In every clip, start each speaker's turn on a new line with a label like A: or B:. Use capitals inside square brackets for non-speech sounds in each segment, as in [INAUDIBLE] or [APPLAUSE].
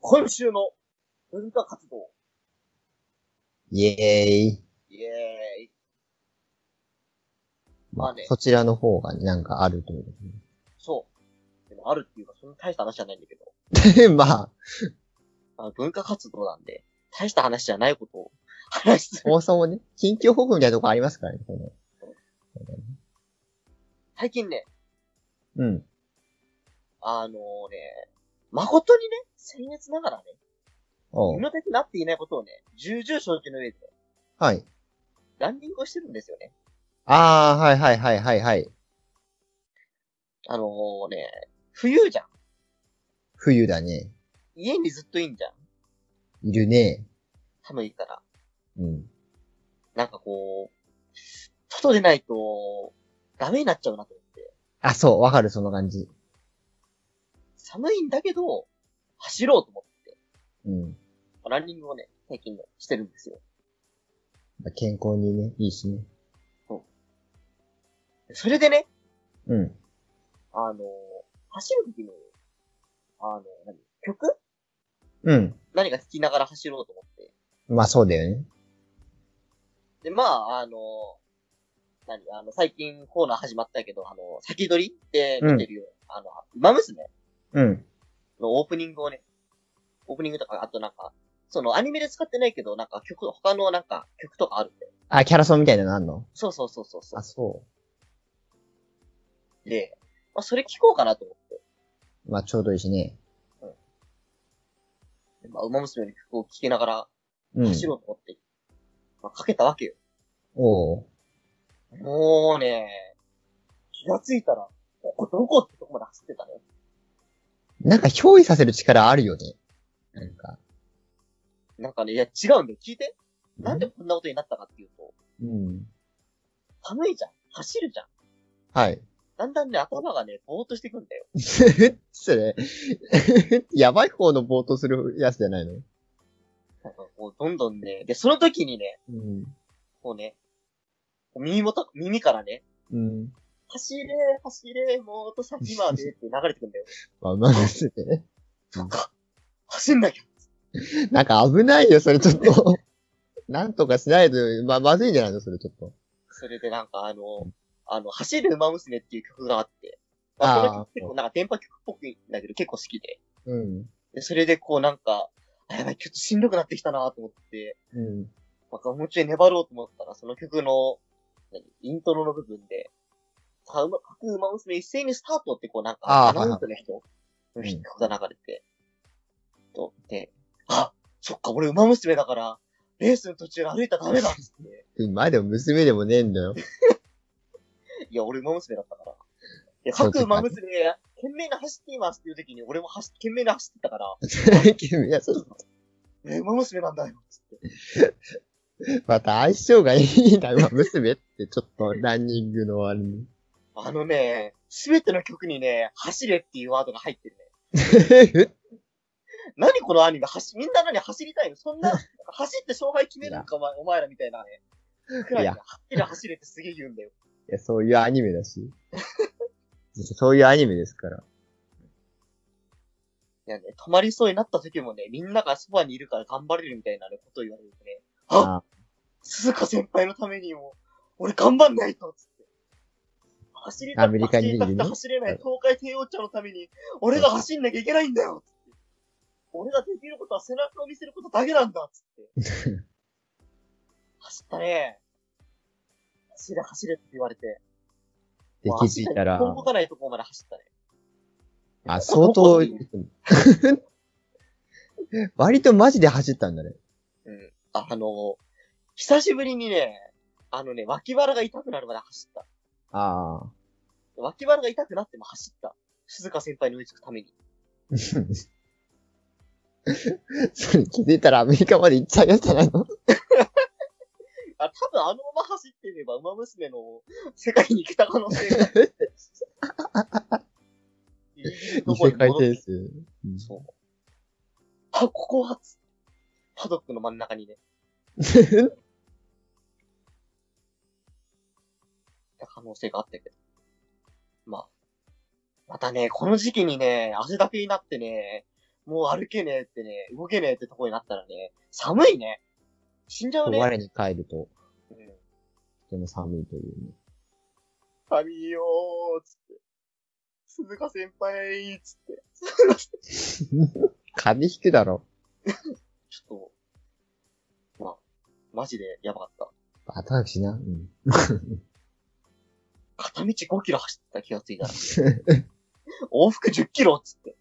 A: 今週の文化活動。
B: イエーイ。
A: イエーイ。まあね
B: そちらの方がなんかあるというこ
A: そう。でもあるっていうか、そんな大した話じゃないんだけど。
B: とで。 [LAUGHS] まあ、
A: あの、文化活動なんで、大した話じゃないことを [LAUGHS] 話す
B: そ。もそもね、近況報告みたいなとこありますからね、この。
A: 最近ね、
B: うん。
A: あのね、誠にね、僭越ながらね、
B: おう
A: 身の丈になっていないことをね、重々承知の上で、
B: はい。
A: ランニングをしてるんですよね。
B: ああ、はいはいはいはいはい。
A: あのね、冬じゃん。
B: 冬だね。
A: 家にずっといんじゃん。
B: いるね。
A: 寒いから。
B: うん。
A: なんかこう、外出ないと、ダメになっちゃうなと思って。
B: あ、そう、わかる、その感じ。
A: 寒いんだけど、走ろうと思って、
B: うん。
A: ランニングをね、最近ね、してるんですよ。
B: 健康にね、いいしね。
A: それでね、
B: うん。
A: あのー走るときに、あのー何曲
B: うん。
A: 何か聴きながら走ろうと思って。
B: まあそうだよね。
A: で、まあ、あのー何あの、最近コーナー始まったけど、あのー先取りって見てるよ。あの、馬娘
B: うん。
A: のオープニングをね、オープニングとか、あとなんか、そのアニメで使ってないけど、なんか曲、他のなんか曲とかあるんで。
B: あ、キャラソンみたいなのあんの
A: そうそうそうそうそ。
B: あ、そう
A: で、まあ、それ聞こうかなと思って。
B: う。まあちょうどいいしね。
A: まあ、馬娘の曲を聴きながら
B: うん。
A: 走ろうと思って、まあ、かけたわけよ。
B: おう。
A: もうね、気がついたら、ここどこってとこまで走ってたね。
B: なんか憑依させる力あるよね。なんか。
A: なんかね、いや違うんだよ。聞いて。なんでこんなことになったかっていうと、
B: うん。
A: 寒いじゃん。走るじゃん。
B: はい。
A: だんだんね、頭がね、ぼーっとしてくんだよ。
B: それ、 [LAUGHS] やばい方の冒頭するやつじゃないの
A: なんかこう、どんどんね。で、その時にね、
B: うん。
A: こうね、こう耳元、耳からね、
B: うん。
A: 走れ、走れ、もっと先までって流れてくんだよ。
B: まあ、まあ、ですね。 [LAUGHS]
A: そっか。走んなきゃ。
B: なんか危ないよ、それちょっと。 [LAUGHS] なんとかしないと、まあ、まずいんじゃないのそれちょっと。
A: それでなんかあの、あの、走る馬娘っていう曲があって、まあ、この
B: あー
A: 曲結構なんか電波曲っぽくだけど結構好きで、
B: うん。
A: でそれでこうなんか、あ、やばい、ちょっとしんどくなってきたなと思って、
B: うん。
A: まあ、もうちょい粘ろうと思ったら、その曲の、何イントロの部分で、さあ、うま、各馬娘一斉にスタートってこうなんか、
B: あー
A: アナウンスの人の
B: いはい
A: 人が流れて、と、で、あ、そっか、俺馬娘だから、レースの途中で歩いたらダメ
B: [LAUGHS]
A: だっつって。
B: うんまあでも娘でもねえんだよ。 [LAUGHS]
A: いや、俺馬娘だったから。いや、
B: そう
A: 各馬娘、懸命に走っていますっていう時に、俺も走懸命に走ってたから、
B: 君いや、そ
A: え、馬娘なんだよ、つって。
B: また相性がいいんだよ、 [LAUGHS] まあ娘って、ちょっと、ランニングのあれに。 [LAUGHS]
A: あのね、すべての曲にね、走れっていうワードが入ってるね。何このアニメ、走、みんな何走りたいの [LAUGHS] そんな、走って勝敗決めるのか、お前お前らみたいなね。くらい
B: い
A: ね、
B: や
A: はっきり走れってすげえ言うんだよ。
B: いや、そういうアニメだし。 [LAUGHS] そういうアニメですから。
A: いやね、止まりそうになった時もね、みんながそばにいるから頑張れるみたいなね、ことを言われるとね、あ
B: あ
A: 鈴鹿先輩のためにも、俺頑張んないと、つって。走りた
B: アメリカにいるね
A: 走りたくて走れない東海帝王ちゃんのために、俺が走んなきゃいけないんだよ、つって。俺ができることは背中を見せることだけなんだ、つ
B: [LAUGHS]
A: って。走ったね。走れ、走れって言われて。
B: で
A: もう
B: 気づいたら
A: 足が、一歩動かないところまで走ったね。
B: あ、相当、 [LAUGHS] 割とマジで走ったんだね。
A: うん。ああの、久しぶりにね、あのね、脇腹が痛くなるまで走った。
B: ああ。
A: 脇腹が痛くなっても走った。鈴鹿先輩に追いつくために。
B: [LAUGHS] それ気づいたらアメリカまで行っちゃうやつじゃないの
A: あ、多分あのまま走ってれば、馬娘の世界に行けた可能性が。ギリギリの
B: [LAUGHS]
A: と
B: 異
A: ころ
B: 世
A: に戻
B: 界
A: って
B: 転生。 [LAUGHS] うん
A: そう。あ、ここは、パドックの真ん中に
B: [LAUGHS]
A: ね。行った可能性があったけど。まあ。またね、この時期にね、汗だくになってね、もう歩けねえってね、動けねえってとこになったらね、寒いね。死んじゃうね。
B: 我に帰ると、
A: うん
B: とても寒いというね。
A: 神よー、つって。鈴鹿先輩ー、つって。
B: 髪引くだろ。
A: ちょっと、まあ、マジでやばかった。
B: バタくしな。うん。
A: 片道5キロ走った気がついたら。往復10キロっつって。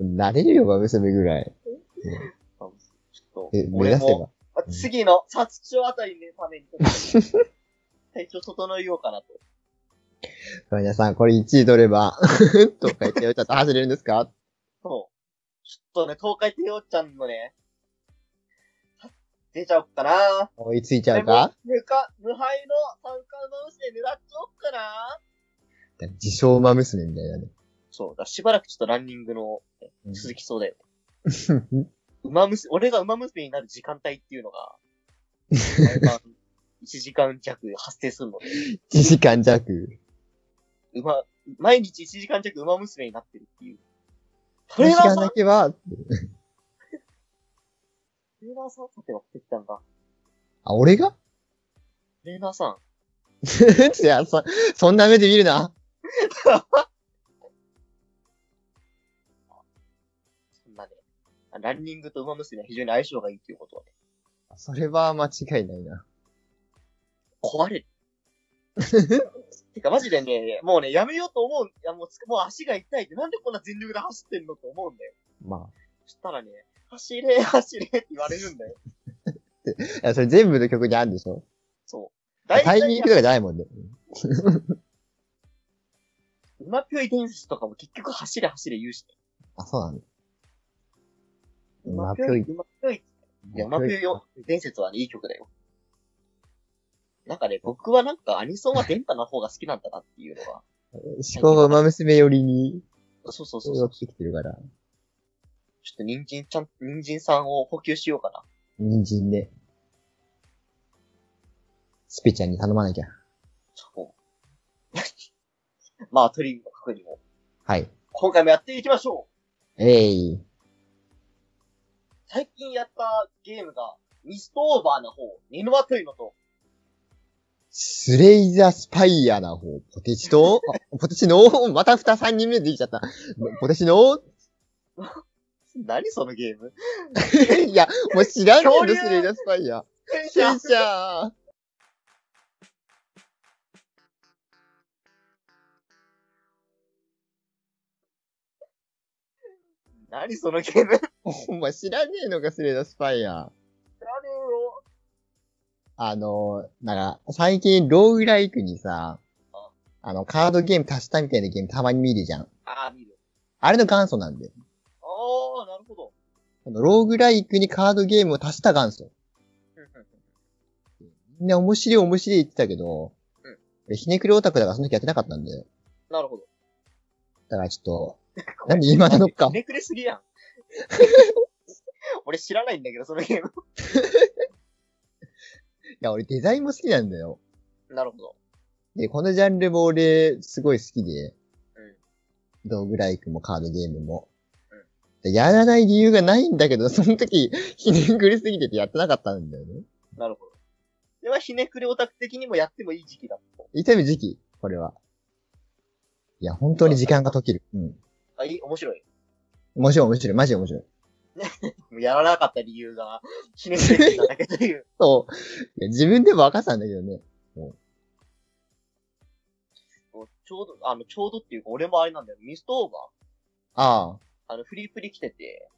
B: 慣れるよ、馬娘ぐらい。
A: ちょっと
B: え、、目
A: 俺
B: 指せ
A: も、
B: ば。
A: あ次の殺鳥あたりのために、体調整えようかなと。
B: 皆さん、これ1位取れば、 [LAUGHS] とか言ってよ、ちょっと走れるんですか
A: そう。ちょっとね、東海帝王ちゃんのね、出ちゃおっかな。
B: 追いついちゃうか
A: でも無か無敗の三冠の牛で狙っちゃおっかな。
B: 自称馬娘みたいだね。
A: そう。だからしばらくちょっとランニングの
B: うん
A: 続きそうだよ。
B: [LAUGHS]
A: 馬娘、俺が馬娘になる時間帯っていうのが、毎晩1時間弱発生するので、
B: 1時間弱。
A: 馬、毎日1時間弱馬娘になってるっていう。ト
B: これ
A: レー
B: 時
A: ラーさ
B: 間
A: ん、
B: だ
A: ト
B: けは、
A: レーラーさんさてはってきたんだ。ト
B: あ、俺が
A: レーナーさん。
B: [LAUGHS] いや、そ、そんな目で見るな。
A: そんなね、ランニングと馬娘は非常に相性がいいということはね、
B: それは間違いないな。
A: 壊
B: [LAUGHS]
A: れる。てかマジでね、もうね、やめようと思う。いやもうつ、もう足が痛いって、なんでこんな全力で走ってんのと思うんだよ。
B: ま
A: そしたらね、走れ、 [LAUGHS] 走れって言われるんだよ。
B: あ。いや、それ全部の曲にあるんでしょ
A: そう。大
B: タイ
A: 体
B: ミン
A: ね
B: グ、とかじゃないもんね。
A: 馬ぴょい伝説とかも結局走れ、走れ言うしね。
B: あ、そうなんだ。
A: 馬
B: 馬
A: ぴ
B: ぴ
A: ょ
B: ょ
A: い
B: い。
A: 馬ぴょい。いや、馬ぴょいよ。伝説はね、いい曲だよ。なんかね、僕はなんかアニソンは電波の方が好きなんだなっていうのが。
B: 思考が馬娘寄りに、
A: そうそうそうそ
B: 寄
A: う。
B: ってきてるから。
A: ちょっと人参ちゃん、人参さんを補給しようかな。
B: 人参ね。スペちゃんに頼まなきゃ。
A: そう [LAUGHS] まあ、鳥の確認も。
B: はい。
A: 今回もやっていきましょう
B: えい。
A: 最近やったゲームが、ミストオーバーな方、ニノワトリノと、
B: スレイザースパイアな方、ポテチと、あポテチの、また二三人目できちゃった。ポテチの、 [LAUGHS]
A: 何そのゲーム
B: いや、もう知らんけ
A: 恐
B: ど、
A: 竜
B: スレイザースパイア。
A: 戦 [LAUGHS]
B: 戦車
A: 何そのゲーム知らね
B: [LAUGHS] お前知らねえのか、スレイザースパイア。あの、なんか、最近、ローグライクにさ、あの、カードゲーム足したみたいなゲームたまに見るじゃん。
A: えよ。ああ、見る。
B: あれの元祖なんだよ。
A: ああ、なるほど。
B: あのローグライクにカードゲームを足した元祖。みんな面白い面白いって言ってたけど、
A: うん
B: 俺ひねくれオタクだからその時やってなかったんだよ。
A: [LAUGHS] なるほど。
B: だからちょっと、なんで今なのか
A: ひ。ねくれすぎやん。 [LAUGHS] 俺知らないんだけど、そのゲーム。
B: いや、俺デザインも好きなんだよ。
A: なるほど。
B: で、このジャンルも俺、すごい好き
A: う
B: で、
A: ん。
B: 道具ライクもカードゲームも
A: うん。
B: でやらない理由がないんだけど、その時、ひねくれすぎててやってなかったんだよね。
A: なるほど。では、ひねくれオタク的にもやってもいい時期だと。
B: 痛み時期、これは。いや、本当に時間が解ける。うん。
A: あ、いい、面白い。
B: 面白い面白い、マジで面白い。
A: もうやらなかった理由が、ひねくれてただけという。
B: そう。いや自分でも分かってたんだけどね。
A: もう [LAUGHS] ちょうど、あの、ちょうどっていうか、俺もあれなんだよ。ミストオーバ
B: ああ、
A: ー、あの、フリープリ来てて、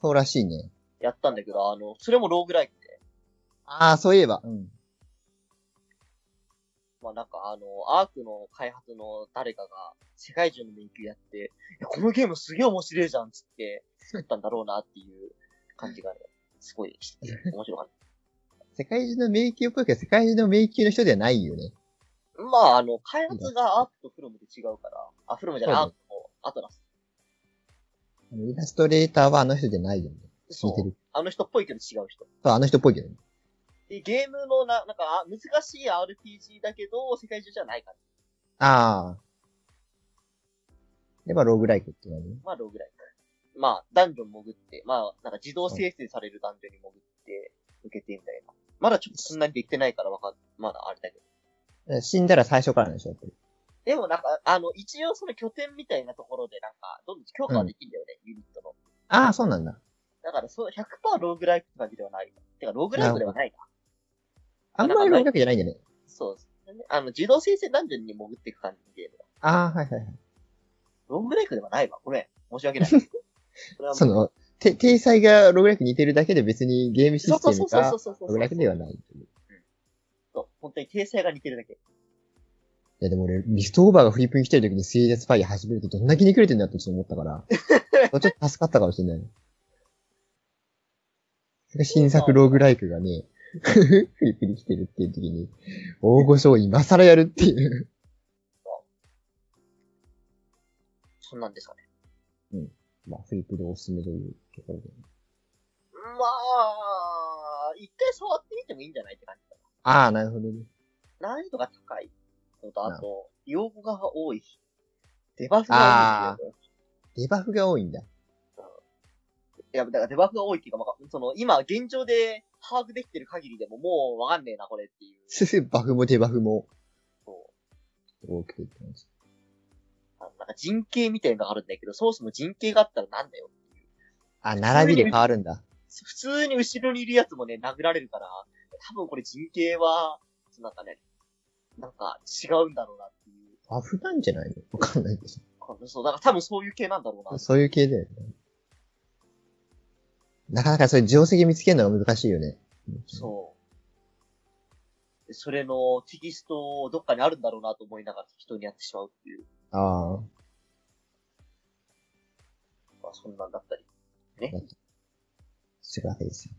B: そうらしいね。
A: やったんだけど、あの、それもローグライクで。
B: ああ、そういえば。うん。
A: まあなんか、あの、アークの開発の誰かが、世界中の迷宮やって、いやこのゲームすげえ面白いじゃん、つって、作ったんだろうな、っていう感じがね、すごいしてて、面白かっ
B: 世界中の迷宮っぽいけど、世界中の迷宮の人ではないよね。
A: た。まあ、あの、開発がアークとフロムで違うから、あ、フロムじゃない、ア
B: そ
A: ー
B: う
A: クとアトラス。
B: イラストレーターはあの人じゃないよね。
A: そ
B: 似て
A: う
B: る。
A: あの人っぽいけど違う人。
B: そう、あの人っぽいけどね。
A: で、ゲームのな、なんか、あ難しい RPG だけど、世界中じゃないから。
B: ああ。やっぱローグライクっていうのはね。
A: まあ、ローグライク。まあ、ダンジョン潜って、まあ、なんか自動生成されるダンジョンに潜って、受けてみたいな。まだちょっとそんなにできてないからわかん、まだあれだけど。
B: え死んだら最初からなんでしょやっぱり
A: でもなんか、あの、一応その拠点みたいなところでなんか、どんどん強化はできるんだよね、ユニットの。
B: ああ、そうなんだ。
A: だから、そう、100%ローグライクって感じではない。てか、ローグライクではないな。
B: あんまりロイわけじゃないんだね。
A: そうですね。あの、自動生成ダンジョンに潜っていく感じのゲームだ。
B: ああ、はいはいはい。
A: ローグライクではないわ。ごめん。申し訳
B: [LAUGHS]
A: ない。それはもう
B: その、て、体裁がログライク似てるだけで別にゲームシ
A: そう
B: ス
A: そう
B: テ
A: そう
B: ム
A: そうそ
B: が
A: うそうそう。
B: ログライクではないという。い
A: そう本当に形勢が似てるだけ。
B: やでも俺、リストオーバーがフリップに来てる時にスイーダスパイ始めるとどんな気にくれてんだってちょっと思った [LAUGHS] から、ちょっと助かったかもしれない。それが新作ローグライクがね、 [LAUGHS] フリップに来てるっていう時に、大御所を今更やるっていう。
A: そんなんですかね。
B: まあ、フリップでおすすめというところで。
A: まあ、一回触ってみてもいいんじゃないって感じだ
B: ああ、なるほどね。
A: な。難易度が高いのと、
B: な
A: あ
B: る
A: と、用語が多い。デバフが多いんだよね。
B: デバフが多いんだ。 [LAUGHS]
A: いや、だからデバフが多いっていうか、まあ、その、今、現状で把握できてる限りでも、もうわかんねえな、これっていう。
B: すす、バフもデバフも
A: そう。
B: 多くてって感じ。
A: あのなんか人形みたいのがあるんだけど、そもそも人形があったらなんだよ。
B: あ、並びで変わるんだ。
A: 普通に後ろにいるやつもね、殴られるから、多分これ人形は、なんかね、なんか違うんだろうなっていう。
B: バフなんじゃないのわかんないけ
A: そう、だから多分そういう系なんだろうな
B: ど。。そういう系だよね。なかなかそういう定石見つけるのが難しいよね。
A: そう。それのテキストどっかにあるんだろうなと思いながら適当にやってしまうっていう、
B: ああ。
A: まあ、そんなんだったり。
B: するわけですよ。